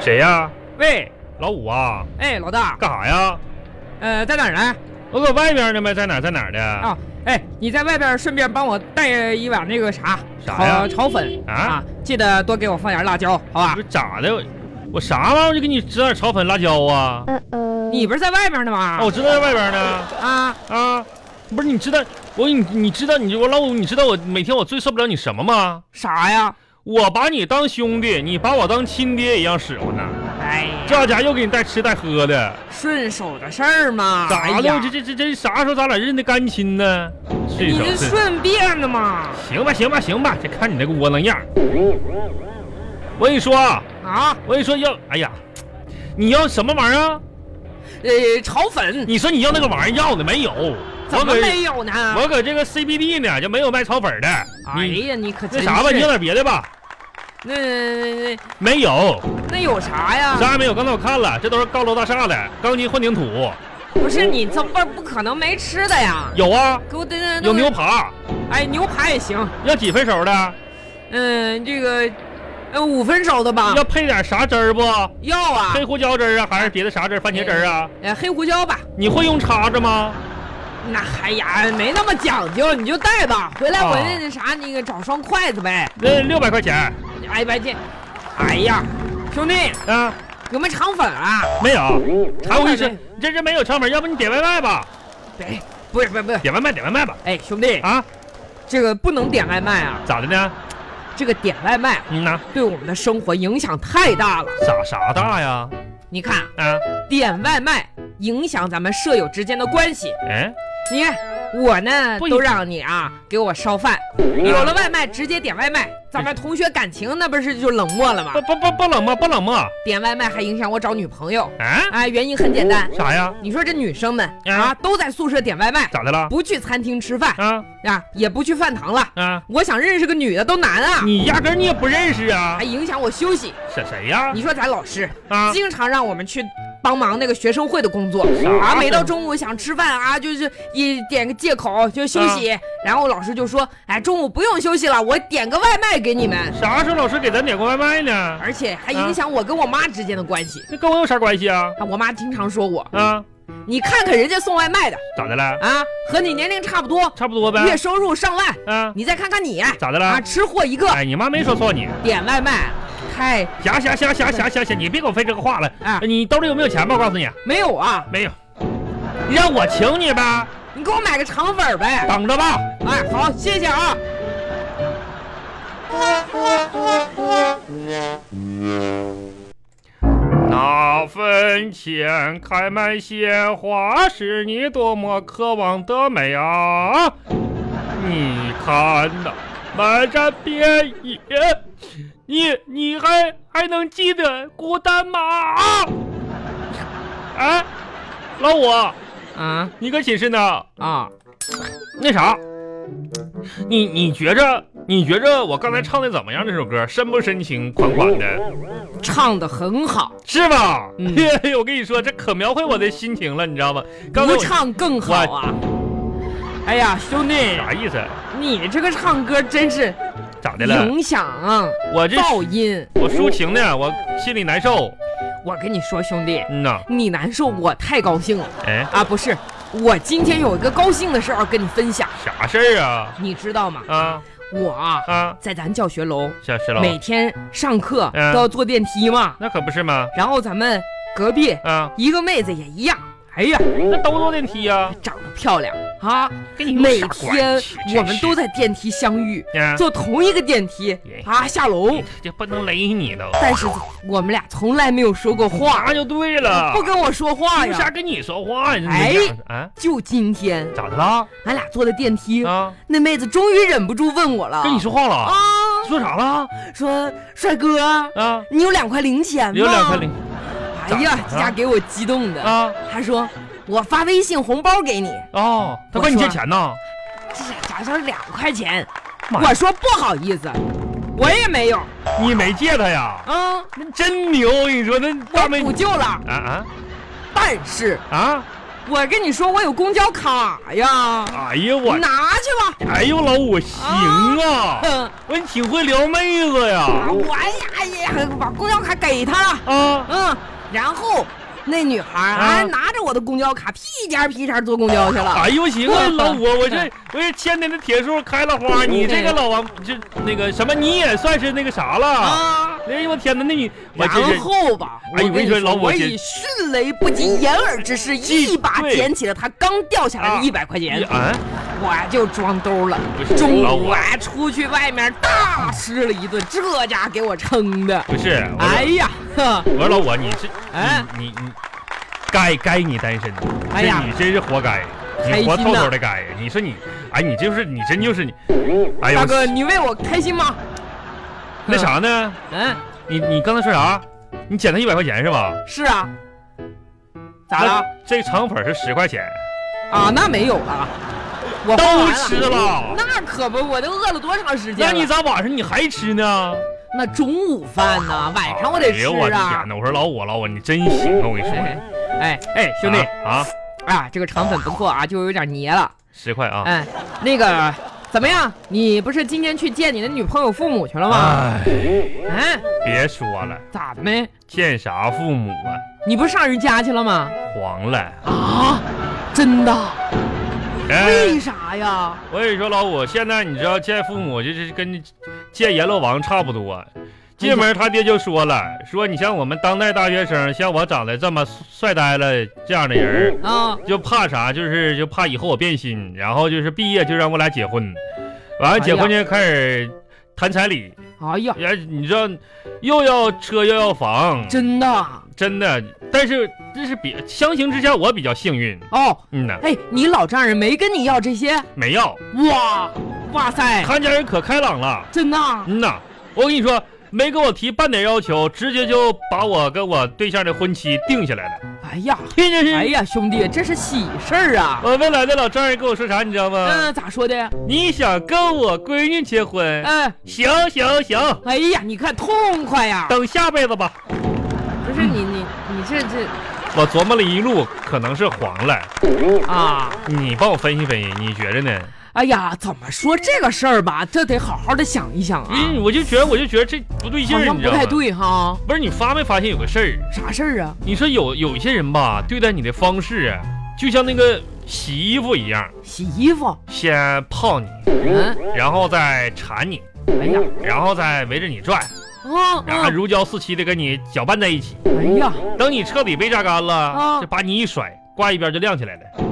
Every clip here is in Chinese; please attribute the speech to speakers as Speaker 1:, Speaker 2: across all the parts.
Speaker 1: 谁呀？
Speaker 2: 喂，
Speaker 1: 老五啊？
Speaker 2: 哎，老大，
Speaker 1: 干啥呀？
Speaker 2: 呃，在哪儿呢？
Speaker 1: 我搁外边呢呗，在哪儿在哪儿的？
Speaker 2: 啊、哎，你在外边顺便帮我带一碗那个啥
Speaker 1: 啥呀
Speaker 2: 炒炒粉
Speaker 1: 啊
Speaker 2: 记得多给我放点辣椒，好吧
Speaker 1: 不？是咋的？我我啥玩意儿就给你整点炒粉辣椒啊？
Speaker 2: 你不是在外面呢吗？
Speaker 1: 啊，我知道在外边呢。
Speaker 2: 啊，
Speaker 1: 啊，不是你知道我你你知道你我老五，你知道我每天我最受不了你什么吗？
Speaker 2: 啥呀？
Speaker 1: 我把你当兄弟，你把我当亲爹一样使唤呢。
Speaker 2: 哎呀，
Speaker 1: 这家又给你带吃带喝的，
Speaker 2: 顺手的事儿嘛。哎
Speaker 1: 咋的？
Speaker 2: 呀
Speaker 1: 我这这这这啥时候咱俩认的干亲呢？是
Speaker 2: 你
Speaker 1: 手
Speaker 2: 这
Speaker 1: 是
Speaker 2: 顺便的嘛？
Speaker 1: 行吧行吧行吧，这看你那个窝囊样儿。我跟你说，啊，
Speaker 2: 啊，
Speaker 1: 我跟你说要，哎呀，你要什么玩意儿啊？
Speaker 2: 呃，炒粉
Speaker 1: 你说你要那个玩意儿要的没有？
Speaker 2: 怎
Speaker 1: 我
Speaker 2: 么
Speaker 1: 搁
Speaker 2: 没有呢？
Speaker 1: 我搁这个 CBD 呢，就没有卖炒粉的。
Speaker 2: 哎
Speaker 1: 你
Speaker 2: 呀，你可真
Speaker 1: 那啥吧，
Speaker 2: 是
Speaker 1: 你要点别的吧？
Speaker 2: 那那那
Speaker 1: 没有，
Speaker 2: 那有啥呀？
Speaker 1: 啥也没有。刚才我看了，这都是高楼大厦的，钢筋混凝土。
Speaker 2: 不是你这不不可能没吃的呀？
Speaker 1: 有啊，
Speaker 2: 给我等等，
Speaker 1: 有牛扒，
Speaker 2: 哎牛排也行，
Speaker 1: 要几分熟
Speaker 2: 啊
Speaker 1: 的？
Speaker 2: 嗯，这个呃五分熟的吧
Speaker 1: 要，配点啥汁儿不？
Speaker 2: 要啊，
Speaker 1: 黑胡椒汁儿啊，还是别的啥汁儿？番茄汁儿啊？
Speaker 2: 呃黑胡椒吧，
Speaker 1: 你会用叉子吗？
Speaker 2: 那哎呀没那么讲究，你就带吧，回来
Speaker 1: 啊
Speaker 2: 我那那啥那个找双筷子呗，
Speaker 1: 那六百块钱
Speaker 2: 哎白天，哎呀，兄弟
Speaker 1: 啊？
Speaker 2: 有没有肠粉啊？
Speaker 1: 没有，还我跟你说
Speaker 2: 对，
Speaker 1: 你这这没有成本，要不你点外卖吧？
Speaker 2: 哎，不是不是不是，
Speaker 1: 点外卖，点外卖吧？
Speaker 2: 哎兄弟，
Speaker 1: 啊？
Speaker 2: 这个不能点外卖啊，
Speaker 1: 咋的呢？
Speaker 2: 这个点外卖
Speaker 1: 嗯呐，
Speaker 2: 对我们的生活影响太大了，
Speaker 1: 啥啥大呀？
Speaker 2: 你看
Speaker 1: 啊？
Speaker 2: 点外卖影响咱们舍友之间的关系。
Speaker 1: 哎，
Speaker 2: 你看我呢
Speaker 1: 不，一
Speaker 2: 都让你啊给我烧饭，有了外卖直接点外卖，咱们同学感情那不是就冷漠了吗
Speaker 1: 不？不不不冷漠，不冷漠。
Speaker 2: 点外卖还影响我找女朋友，
Speaker 1: 啊？
Speaker 2: 哎，原因很简单，
Speaker 1: 啥呀？
Speaker 2: 你说这女生们
Speaker 1: 啊
Speaker 2: 啊都在宿舍点外卖，
Speaker 1: 咋的了？
Speaker 2: 不去餐厅吃饭
Speaker 1: 啊
Speaker 2: 啊，也不去饭堂了，
Speaker 1: 啊！
Speaker 2: 我想认识个女的都难啊，
Speaker 1: 你压根儿你也不认识啊
Speaker 2: 还？影响我休息。
Speaker 1: 谁谁呀？
Speaker 2: 你说咱老师
Speaker 1: 啊？
Speaker 2: 经常让我们去帮忙那个学生会的工作
Speaker 1: 啥
Speaker 2: 啊，每到
Speaker 1: 呀
Speaker 2: 中午想吃饭啊，就是一点个借口就休息，
Speaker 1: 嗯
Speaker 2: 然后老师就说，哎，中午不用休息了，我点个外卖给你们，
Speaker 1: 啥时候老师给咱点过外卖呢？
Speaker 2: 而且还
Speaker 1: 啊
Speaker 2: 影响我跟我妈之间的关系。
Speaker 1: 那跟我有啥关系啊？
Speaker 2: 啊，我妈经常说我，
Speaker 1: 啊？
Speaker 2: 你看看人家送外卖的
Speaker 1: 咋的了？
Speaker 2: 啊，和你年龄差不多，
Speaker 1: 差不多呗。
Speaker 2: 月收入上万，
Speaker 1: 啊？
Speaker 2: 你再看看你啊，
Speaker 1: 咋的了？
Speaker 2: 吃货一个，
Speaker 1: 哎，你妈没说错你。
Speaker 2: 点外卖，太
Speaker 1: 行行行行行行行，你别给我费这个话了。
Speaker 2: 啊
Speaker 1: 你兜里有没有钱吧？我告诉你，
Speaker 2: 没有啊，
Speaker 1: 没有。你让我请你呗，
Speaker 2: 你给我买个肠粉儿呗，
Speaker 1: 等着吧。
Speaker 2: 哎，好，谢谢啊。
Speaker 1: 那坟前开满鲜花，是你多么渴望的美啊！你看呐，漫山遍野，你你还还能记得孤单吗？哎，老五，
Speaker 2: 啊
Speaker 1: 你搁寝室呢？
Speaker 2: 啊，
Speaker 1: 那啥，你你觉着你觉着我刚才唱的怎么样？这首歌深不深情，款款的。
Speaker 2: 唱的很好，
Speaker 1: 是吧？
Speaker 2: 嗯
Speaker 1: 我跟你说，这可描绘我的心情了，你知道吗？刚才
Speaker 2: 不
Speaker 1: 我
Speaker 2: 唱更好啊！哎呀，兄弟，
Speaker 1: 啥意思？
Speaker 2: 你这个唱歌真是
Speaker 1: 咋的了？
Speaker 2: 影响啊
Speaker 1: 我这
Speaker 2: 噪音。
Speaker 1: 我抒情呢，我心里难受。
Speaker 2: 我跟你说，兄弟，
Speaker 1: 嗯呐，
Speaker 2: 你难受，我太高兴了
Speaker 1: 哎，
Speaker 2: 啊！不是，我今天有一个高兴的事儿要跟你分享，
Speaker 1: 啥事儿啊？
Speaker 2: 你知道吗？
Speaker 1: 啊
Speaker 2: 我啊，
Speaker 1: 啊，
Speaker 2: 在咱教学楼
Speaker 1: 小石老，
Speaker 2: 每天上课
Speaker 1: 嗯
Speaker 2: 都要坐电梯嘛，
Speaker 1: 那可不是吗？
Speaker 2: 然后咱们隔壁
Speaker 1: 啊，
Speaker 2: 一个妹子也一样，哎呀，
Speaker 1: 那都坐电梯呀、
Speaker 2: 长得漂亮啊！
Speaker 1: 跟你有
Speaker 2: 每
Speaker 1: 啥
Speaker 2: 天
Speaker 1: 关系真
Speaker 2: 我们都
Speaker 1: 是
Speaker 2: 在电梯相遇，
Speaker 1: 啊，
Speaker 2: 坐同一个电梯
Speaker 1: 哎
Speaker 2: 啊下楼，
Speaker 1: 这不能雷你都，
Speaker 2: 但是我们俩从来没有说过话，
Speaker 1: 那就对了
Speaker 2: 不。跟我说话
Speaker 1: 凭啥
Speaker 2: 呀。
Speaker 1: 跟哎你说话呀？
Speaker 2: 哎
Speaker 1: 你这啊，
Speaker 2: 就今天，
Speaker 1: 咋的啦？
Speaker 2: 俺俩坐的电梯，
Speaker 1: 啊，
Speaker 2: 那妹子终于忍不住问我了，
Speaker 1: 跟你说话
Speaker 2: 啊
Speaker 1: 了？，说啥了？
Speaker 2: 说帅哥，
Speaker 1: 啊，
Speaker 2: 你有两块零钱吗？
Speaker 1: 有两块零。
Speaker 2: 哎呀
Speaker 1: 咋，了
Speaker 2: 这家给我激动的，
Speaker 1: 啊
Speaker 2: 他说我发微信红包给你，
Speaker 1: 哦，他管你借钱呢。
Speaker 2: 这咋是两块钱？
Speaker 1: 妈呀
Speaker 2: 我说不好意思，我也没有
Speaker 1: 你没借他呀？
Speaker 2: 啊，
Speaker 1: 那真牛！我跟你说，那
Speaker 2: 我
Speaker 1: 大妹
Speaker 2: 补救了，
Speaker 1: 啊啊
Speaker 2: 但是
Speaker 1: 啊！
Speaker 2: 我跟你说，我有公交卡呀，
Speaker 1: 哎呀我，
Speaker 2: 拿去吧。
Speaker 1: 哎呦老五行啊，
Speaker 2: 哼，
Speaker 1: 我你挺会撩妹子呀，
Speaker 2: 啊我哎呀，哎呀，把公交卡给他了。
Speaker 1: 啊，
Speaker 2: 嗯，然后那女孩儿
Speaker 1: 啊
Speaker 2: 还拿着我的公交卡，屁颠儿屁颠儿坐公交去了。
Speaker 1: 哎呦行啊老五，我 这我这千年的铁树开了花，你这个老王这那个什么你也算是那个啥了，
Speaker 2: 啊，
Speaker 1: 哎呦我天哪，那你我真
Speaker 2: 然
Speaker 1: 是
Speaker 2: 后吧，
Speaker 1: 哎呦我跟
Speaker 2: 我跟
Speaker 1: 你
Speaker 2: 你
Speaker 1: 说老
Speaker 2: 说，我
Speaker 1: 我这
Speaker 2: 以迅雷不及掩耳之势，一把
Speaker 1: 对
Speaker 2: 捡起了他刚掉下来
Speaker 1: 啊
Speaker 2: 的一百块钱，
Speaker 1: 啊，
Speaker 2: 我就装兜了。
Speaker 1: 不是
Speaker 2: 中
Speaker 1: 老
Speaker 2: 午
Speaker 1: 五，
Speaker 2: 啊，出去外面大吃了一顿，这家给我撑的，
Speaker 1: 不是，我
Speaker 2: 哎呀，呵
Speaker 1: 我说老五，你是
Speaker 2: 哎
Speaker 1: 你你你，该该你单身，
Speaker 2: 哎呀
Speaker 1: 这你真是活该，
Speaker 2: 开
Speaker 1: 你
Speaker 2: 心
Speaker 1: 活透
Speaker 2: 呐
Speaker 1: 透的该。你说你，哎，你就是你真就是你，哎呦
Speaker 2: 大，哥，你为我开心吗？
Speaker 1: 那啥呢？
Speaker 2: 嗯，
Speaker 1: 你你刚才说啥？你捡他一百块钱是吧？
Speaker 2: 是啊，咋了？？
Speaker 1: 这肠粉是十块钱，
Speaker 2: 啊，那没有了，我花完
Speaker 1: 都
Speaker 2: 了
Speaker 1: 吃了。
Speaker 2: 那可不，我都饿了多长时间
Speaker 1: 那
Speaker 2: 了？
Speaker 1: 你咋晚上你还吃呢？
Speaker 2: 那中午饭呢？晚上我得
Speaker 1: 哎
Speaker 2: 吃
Speaker 1: 呦我的
Speaker 2: 啊
Speaker 1: 天！哪！我说老五老五，你真行啊！我跟你说，
Speaker 2: 哎哎哎，兄弟
Speaker 1: 啊，啊
Speaker 2: 啊，这个肠粉不错啊，就有点黏了。
Speaker 1: 十块啊！
Speaker 2: 哎，那个怎么样？你不是今天去见你的女朋友父母去了吗？
Speaker 1: 哎，
Speaker 2: 哎，
Speaker 1: 别说了，
Speaker 2: 咋的没？
Speaker 1: 见啥父母啊？
Speaker 2: 你不是上人家去了吗？
Speaker 1: 黄了。
Speaker 2: 啊，真的？
Speaker 1: 哎。
Speaker 2: 为啥呀？
Speaker 1: 我跟你说，老五，现在你知道见父母就是跟见阎罗王差不多。进门他爹就说了，说你像我们当代大学生，像我长得这么帅呆了这样的人，
Speaker 2: 啊，
Speaker 1: 就怕啥？就是就怕以后我变心，然后就是毕业就让我俩结婚，完了结婚就开始谈彩礼，
Speaker 2: 哎呀，
Speaker 1: 也你知道又要车又要房，
Speaker 2: 真的啊
Speaker 1: 真的。但是这是比相形之下我比较幸运，
Speaker 2: 哦。
Speaker 1: 嗯呐，
Speaker 2: 哎，你老丈人没跟你要这些？
Speaker 1: 没要，
Speaker 2: 哇，哇塞，
Speaker 1: 看家人可开朗了。
Speaker 2: 真啊的？
Speaker 1: 嗯呐，我跟你说，没跟我提半点要求，直接就把我跟我对象的婚期定下来了。
Speaker 2: 哎呀，
Speaker 1: 这就是、
Speaker 2: 哎呀，兄弟，这是喜事儿啊。
Speaker 1: 我未来的老丈人跟我说啥，你知道吗？
Speaker 2: 嗯，咋说的？
Speaker 1: 你想跟我闺女结婚？
Speaker 2: 哎，
Speaker 1: 行行行，
Speaker 2: 哎呀，你看痛快呀！
Speaker 1: 等下辈子吧。
Speaker 2: 不是你你你这这
Speaker 1: 我琢磨了一路，可能是黄了。
Speaker 2: 啊，
Speaker 1: 你帮我分析分析，你觉着呢？
Speaker 2: 哎呀，怎么说这个事儿吧？这得好好的想一想啊，
Speaker 1: 嗯，我就觉得，我就觉得这不对劲
Speaker 2: 好
Speaker 1: 儿，
Speaker 2: 像
Speaker 1: 你知
Speaker 2: 不
Speaker 1: 道吗
Speaker 2: 太？对哈。
Speaker 1: 不是你发没发现有个事儿？
Speaker 2: 啥事儿啊？
Speaker 1: 你说有有一些人吧，对待你的方式啊，就像那个洗衣服一样，
Speaker 2: 洗衣服？
Speaker 1: 先泡你。
Speaker 2: 嗯，
Speaker 1: 然后再缠你，
Speaker 2: 哎呀，
Speaker 1: 然后再围着你转，
Speaker 2: 啊
Speaker 1: 然后
Speaker 2: 啊！
Speaker 1: 如胶似漆的跟你搅拌在一起。
Speaker 2: 哎呀，
Speaker 1: 等你彻底被榨干了，
Speaker 2: 啊
Speaker 1: 就把你一甩，挂一边就亮起来了。
Speaker 2: 嗯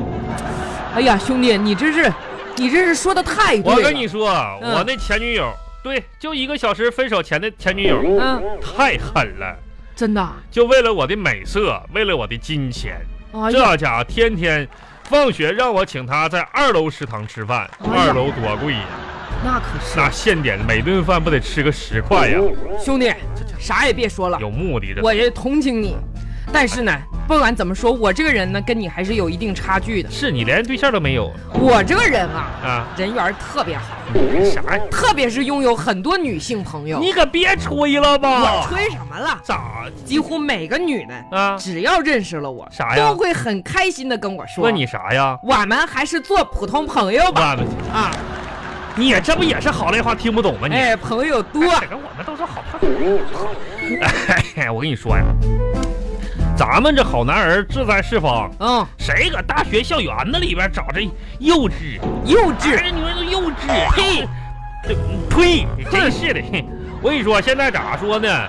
Speaker 2: 哎呀，兄弟，你这是你这是说的太对了。
Speaker 1: 我跟你说，啊
Speaker 2: 嗯
Speaker 1: 我那前女友，对，就一个小时分手前的前女友，
Speaker 2: 嗯，
Speaker 1: 太狠了，
Speaker 2: 真的。
Speaker 1: 就为了我的美色，为了我的金钱，
Speaker 2: 哎呀，
Speaker 1: 这家伙天天。放学让我请他在二楼食堂吃饭，
Speaker 2: 哎呀
Speaker 1: 二楼多贵呀！
Speaker 2: 那可是
Speaker 1: 那现点每顿饭不得吃个十块呀？
Speaker 2: 兄弟，啥也别说了，
Speaker 1: 有目的的。
Speaker 2: 我也同情你，
Speaker 1: 嗯
Speaker 2: 但是呢，不管怎么说，我这个人呢，跟你还是有一定差距的。
Speaker 1: 是你连对象都没有
Speaker 2: 我这个人啊，
Speaker 1: 啊？
Speaker 2: 人缘儿特别好，
Speaker 1: 你啥呀？
Speaker 2: 特别是拥有很多女性朋友。
Speaker 1: 你可别吹了
Speaker 2: 我
Speaker 1: 吧！
Speaker 2: 吹什么了？
Speaker 1: 咋
Speaker 2: 几乎每个女的，
Speaker 1: 啊？
Speaker 2: 只要认识了我，
Speaker 1: 啥呀
Speaker 2: 都会很开心的跟我说：“
Speaker 1: 问你啥呀？
Speaker 2: 我们还是做普通朋友
Speaker 1: 爸
Speaker 2: 吧。
Speaker 1: 爸，”
Speaker 2: 啊，
Speaker 1: 你也这不也是好赖话听不懂吗？你
Speaker 2: 哎，朋友多，
Speaker 1: 这个我们都是好朋友。 哎我跟你说呀，咱们这好男儿志在四方，
Speaker 2: 嗯，
Speaker 1: 谁搁大学校园子里边找这幼稚？
Speaker 2: 幼稚，
Speaker 1: 哎，女人都幼稚，嘿，这呸，你真是的。嘿我跟你说，现在咋说呢？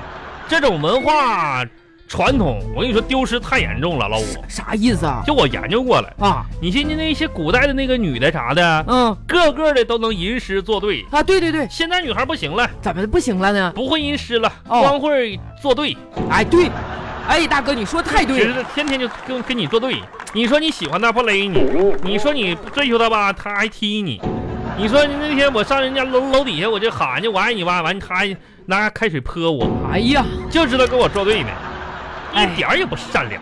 Speaker 1: 这种文化传统，我跟你说丢失太严重了，老五。
Speaker 2: 啥意思啊？
Speaker 1: 就我研究过了，
Speaker 2: 啊，
Speaker 1: 你信那些古代的那个女的啥的，
Speaker 2: 嗯，
Speaker 1: 个个的都能吟诗作对。
Speaker 2: 啊，对对对，
Speaker 1: 现在女孩不行了，
Speaker 2: 怎么不行了呢？
Speaker 1: 不会吟诗了，
Speaker 2: 哦
Speaker 1: 光会作对，
Speaker 2: 哎，对，哎，大哥，你说太对
Speaker 1: 觉
Speaker 2: 了，
Speaker 1: 得天天就跟跟你作对。你说你喜欢她不勒你，你说你不追求她吧，她还踢你。你说那天我上人家楼楼底下，我就喊去我爱你吧，完她还拿开水泼我，
Speaker 2: 哎呀，
Speaker 1: 就知道跟我作对呢，
Speaker 2: 哎
Speaker 1: 一点儿也不善良，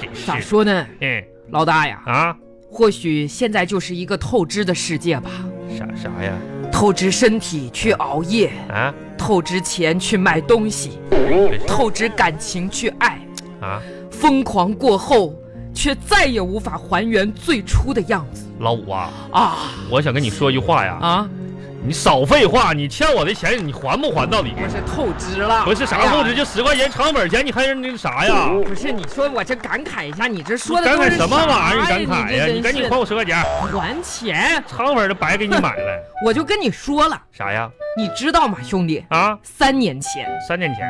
Speaker 1: 真
Speaker 2: 咋
Speaker 1: 是。
Speaker 2: 说呢，
Speaker 1: 嗯
Speaker 2: 老大呀，
Speaker 1: 啊，
Speaker 2: 或许现在就是一个透支的世界吧，
Speaker 1: 啥啥呀？
Speaker 2: 透支身体去熬夜，
Speaker 1: 啊，
Speaker 2: 透支钱去买东西，
Speaker 1: 真是
Speaker 2: 透支感情去爱，
Speaker 1: 啊，
Speaker 2: 疯狂过后却再也无法还原最初的样子
Speaker 1: 老五啊，
Speaker 2: 啊
Speaker 1: 我想跟你说一句话呀，
Speaker 2: 啊！
Speaker 1: 你少废话，你欠我的钱你还不还到底？
Speaker 2: 我是透支了，
Speaker 1: 不是
Speaker 2: 哎
Speaker 1: 啥
Speaker 2: 呀
Speaker 1: 物质，就十块钱长本钱，你还是那啥呀？
Speaker 2: 不是你说我这感慨一下，你这说
Speaker 1: 你感
Speaker 2: 的都
Speaker 1: 慨
Speaker 2: 是
Speaker 1: 什么玩意儿？
Speaker 2: 啥
Speaker 1: 你感慨呀？
Speaker 2: 这真
Speaker 1: 你赶紧
Speaker 2: 是
Speaker 1: 还我十块钱，
Speaker 2: 还钱！
Speaker 1: 长本的白给你买了，
Speaker 2: 我就跟你说了，
Speaker 1: 啥呀？
Speaker 2: 你知道吗，兄弟？
Speaker 1: 啊，
Speaker 2: 三年前，
Speaker 1: 三年前，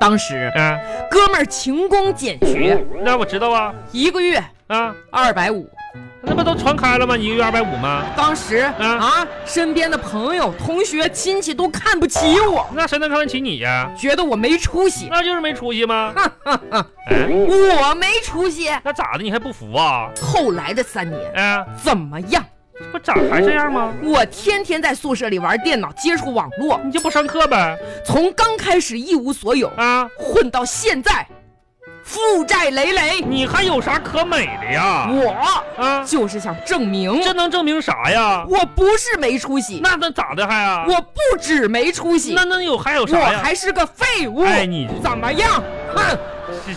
Speaker 2: 当时
Speaker 1: 嗯，
Speaker 2: 哥们儿勤工俭学，
Speaker 1: 那我知道啊，
Speaker 2: 一个月
Speaker 1: 啊，
Speaker 2: 二百五。
Speaker 1: 那不都传开了吗？一个月二百五吗？
Speaker 2: 当时
Speaker 1: 嗯
Speaker 2: 啊，身边的朋友、同学、亲戚都看不起我，
Speaker 1: 那谁能看得起你呀？
Speaker 2: 觉得我没出息。
Speaker 1: 那就是没出息吗？哎，
Speaker 2: 我没出息。
Speaker 1: 那咋的？你还不服啊？
Speaker 2: 后来的三年
Speaker 1: 哎，
Speaker 2: 怎么样？
Speaker 1: 这不咋还这样吗？
Speaker 2: 我天天在宿舍里玩电脑，接触网络，
Speaker 1: 你就不上课呗？
Speaker 2: 从刚开始一无所有，
Speaker 1: 啊，
Speaker 2: 混到现在，负债累累。
Speaker 1: 你还有啥可美的呀？
Speaker 2: 我
Speaker 1: 啊，
Speaker 2: 就是想证明，
Speaker 1: 这能证明啥呀？
Speaker 2: 我不是没出息，
Speaker 1: 那那咋的还啊？
Speaker 2: 我不止没出息，
Speaker 1: 那那有还有
Speaker 2: 我
Speaker 1: 啥呀？
Speaker 2: 还是个废物。
Speaker 1: 哎，你
Speaker 2: 怎么样？哼，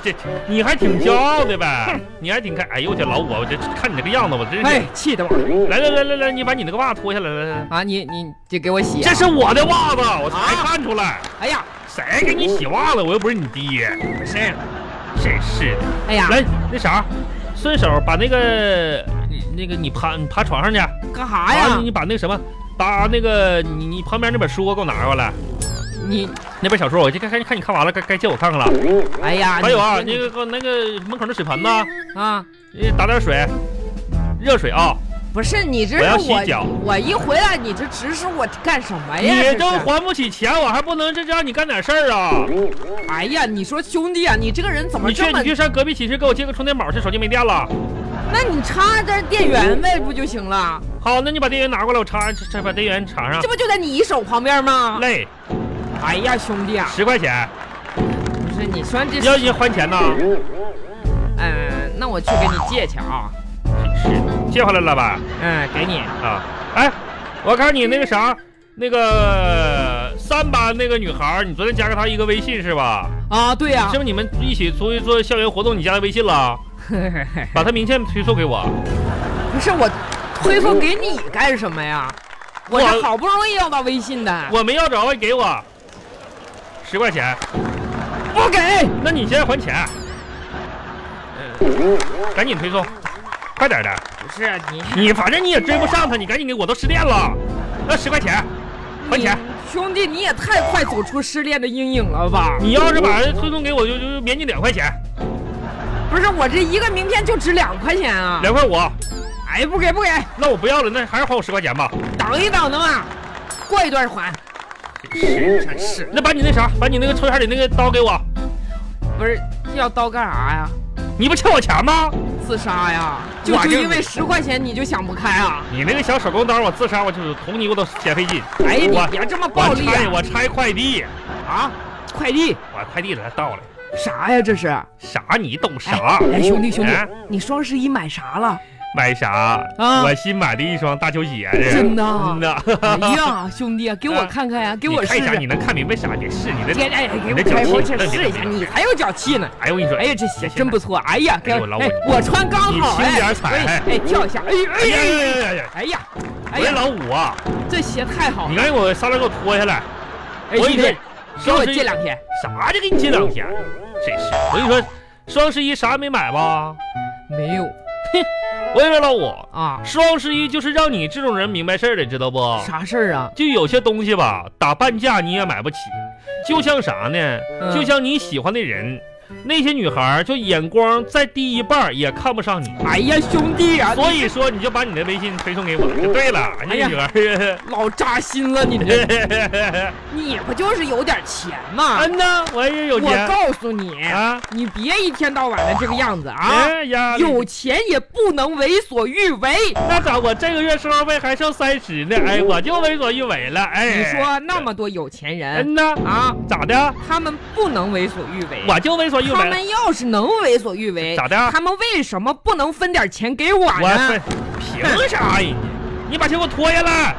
Speaker 1: 这这你还挺骄傲的呗？你还挺开？哎呦我天，老五啊，我这看你这个样子，我真
Speaker 2: 哎
Speaker 1: 是。，
Speaker 2: 气得我
Speaker 1: 来来来来来，你把你那个袜脱下来，来来来，
Speaker 2: 啊！你你这给我洗啊、
Speaker 1: 这是我的袜子，我才
Speaker 2: 啊
Speaker 1: 看出来。
Speaker 2: 哎呀，
Speaker 1: 谁给你洗袜子？我又不是你爹。不是，真是的。
Speaker 2: 哎呀，
Speaker 1: 来，那啥，顺手把那个你那个你爬你爬床上去，
Speaker 2: 干
Speaker 1: 完
Speaker 2: 啥哎呀
Speaker 1: 了？你把那个什么，把那个你你旁边那本书给我拿过来，
Speaker 2: 你
Speaker 1: 那本小说我就该看看你看完了，该该借我看看了。
Speaker 2: 哎呀，
Speaker 1: 还有啊，
Speaker 2: 你
Speaker 1: 那个给我那个门口那水盆子，
Speaker 2: 啊，
Speaker 1: 你打点水，热水啊，
Speaker 2: 不是你这
Speaker 1: 我要
Speaker 2: 是
Speaker 1: 洗脚
Speaker 2: 我我一回来你这指使我干什么哎呀？
Speaker 1: 你
Speaker 2: 这
Speaker 1: 都
Speaker 2: 是
Speaker 1: 还不起钱，我还不能这让你干点事儿啊？
Speaker 2: 哎呀，你说兄弟啊，你这个人怎么
Speaker 1: 你去
Speaker 2: 这么
Speaker 1: 你？去上隔壁寝室给我借个充电宝去，手机没电了。
Speaker 2: 那你插这电源呗，不就行了？
Speaker 1: 好，那你把电源拿过来，我插这这把电源插上
Speaker 2: 这。不就在你手旁边吗？
Speaker 1: 累，
Speaker 2: 哎呀，兄弟啊，
Speaker 1: 十块钱，
Speaker 2: 不是你说这，
Speaker 1: 要你还钱呐？
Speaker 2: 嗯、那我去给你借去啊，
Speaker 1: 是借回来了吧？
Speaker 2: 嗯，给你。
Speaker 1: 啊，哎，我看你那个啥，那个三班那个女孩儿，你昨天加个她一个微信是吧？
Speaker 2: 啊，对呀、
Speaker 1: 是不是你们一起出去做校园活动，你加她微信了？把她名片推送给我。
Speaker 2: 不是我推送给你干什么呀？我这好不容易要到微信的，
Speaker 1: 我没要着，给我十块钱。
Speaker 2: 不给。
Speaker 1: 那你现在还钱，呃赶紧推送，快点儿的。
Speaker 2: 不是你，
Speaker 1: 你反正你也追不上她，你赶紧给我都失恋了。那十块钱，还钱。
Speaker 2: 你兄弟，你也太快走出失恋的阴影了吧？
Speaker 1: 你要是把人推送给我，就就就免你两块钱，
Speaker 2: 不是我这一个名片就值两块钱啊！
Speaker 1: 两块五。
Speaker 2: 哎，不给不给，
Speaker 1: 那我不要了，那还是还我十块钱吧。
Speaker 2: 等一等的嘛，过一段还。真是，
Speaker 1: 那把你那啥，把你那个抽屉里那个刀给我，
Speaker 2: 不是这要刀干啥呀？
Speaker 1: 你不欠我钱吗？
Speaker 2: 自杀呀？就
Speaker 1: 我
Speaker 2: 就
Speaker 1: 这
Speaker 2: 因为十块钱你就想不开啊？
Speaker 1: 你那个小手工刀，我自杀我就捅你我都嫌费劲。
Speaker 2: 哎呀，
Speaker 1: 我
Speaker 2: 你别这么暴力
Speaker 1: 我拆
Speaker 2: 啊！
Speaker 1: 我拆快递，
Speaker 2: 啊，快递
Speaker 1: 我快递来到了，
Speaker 2: 啥呀？这是？
Speaker 1: 啥你懂啥？
Speaker 2: 哎，兄弟兄弟
Speaker 1: 哎，
Speaker 2: 你双十一买啥了？
Speaker 1: 买啥？
Speaker 2: 啊
Speaker 1: 我新买的一双大球鞋这
Speaker 2: 真的
Speaker 1: 真的。
Speaker 2: 哎呀，兄弟，给我看 看呀，给我
Speaker 1: 你看
Speaker 2: 试
Speaker 1: 一下，
Speaker 2: 试。
Speaker 1: 你能看明白啥？你是你
Speaker 2: 给
Speaker 1: 的，
Speaker 2: 哎，
Speaker 1: 你
Speaker 2: 给
Speaker 1: 的
Speaker 2: 我哎
Speaker 1: 脚
Speaker 2: 我
Speaker 1: 气
Speaker 2: 去
Speaker 1: 那
Speaker 2: 试一下，你还有脚气呢。
Speaker 1: 哎呦我跟你说，
Speaker 2: 哎呀，这鞋真不错。哎呀，给
Speaker 1: 哎呦老
Speaker 2: 我，哎
Speaker 1: 五，
Speaker 2: 我穿刚好。
Speaker 1: 你轻
Speaker 2: 哎，
Speaker 1: 点踩
Speaker 2: 哎哎，跳一下。哎呀，
Speaker 1: 哎
Speaker 2: 哎
Speaker 1: 呀
Speaker 2: 呀，
Speaker 1: 呀呀呀呀！
Speaker 2: 哎呀，
Speaker 1: 我
Speaker 2: 哎
Speaker 1: 这
Speaker 2: 呀，
Speaker 1: 老五啊，
Speaker 2: 这鞋太好
Speaker 1: 你
Speaker 2: 了。
Speaker 1: 赶紧给我沙拉给我脱下来，
Speaker 2: 哎，
Speaker 1: 我
Speaker 2: 兄
Speaker 1: 跟你
Speaker 2: 弟，
Speaker 1: 说，
Speaker 2: 给我
Speaker 1: 双十一
Speaker 2: 借两天。
Speaker 1: 啥就给你借两天，真是。我跟你说，双十一啥也没买吧？
Speaker 2: 没有
Speaker 1: 我跟你说，老五，
Speaker 2: 啊，
Speaker 1: 双十一就是让你这种人明白事儿的，知道不？
Speaker 2: 啥事儿啊？
Speaker 1: 就有些东西吧，打半价你也买不起。就像啥呢？
Speaker 2: 嗯
Speaker 1: 就像你喜欢的人，那些女孩儿就眼光再低一半儿也看不上你。
Speaker 2: 哎呀，兄弟啊，
Speaker 1: 所以说，你就把你的微信推送给我就对了。那
Speaker 2: 哎呀
Speaker 1: 女孩
Speaker 2: 老扎心了，你 这
Speaker 1: 儿，
Speaker 2: 你不就是有点钱吗？
Speaker 1: 嗯呐，我也有
Speaker 2: 啊我
Speaker 1: 钱
Speaker 2: 告诉你，
Speaker 1: 啊
Speaker 2: 你别一天到晚的这个样子啊！
Speaker 1: 哎呀，
Speaker 2: 有钱也不能为所欲为。
Speaker 1: 那咋？我这个月生活费还剩三十呢，哎，我就为所欲为了，哎。
Speaker 2: 哦你说那么多有钱人
Speaker 1: 嗯呐，
Speaker 2: 啊，
Speaker 1: 咋的？
Speaker 2: 他们不能为所欲为。
Speaker 1: 我就为所欲
Speaker 2: 他
Speaker 1: 为了，
Speaker 2: 们要是能为所欲为，
Speaker 1: 咋的？
Speaker 2: 他们为什么不能分点钱给我
Speaker 1: 我
Speaker 2: 呢？
Speaker 1: 凭啥呀你？你把钱给我脱下来，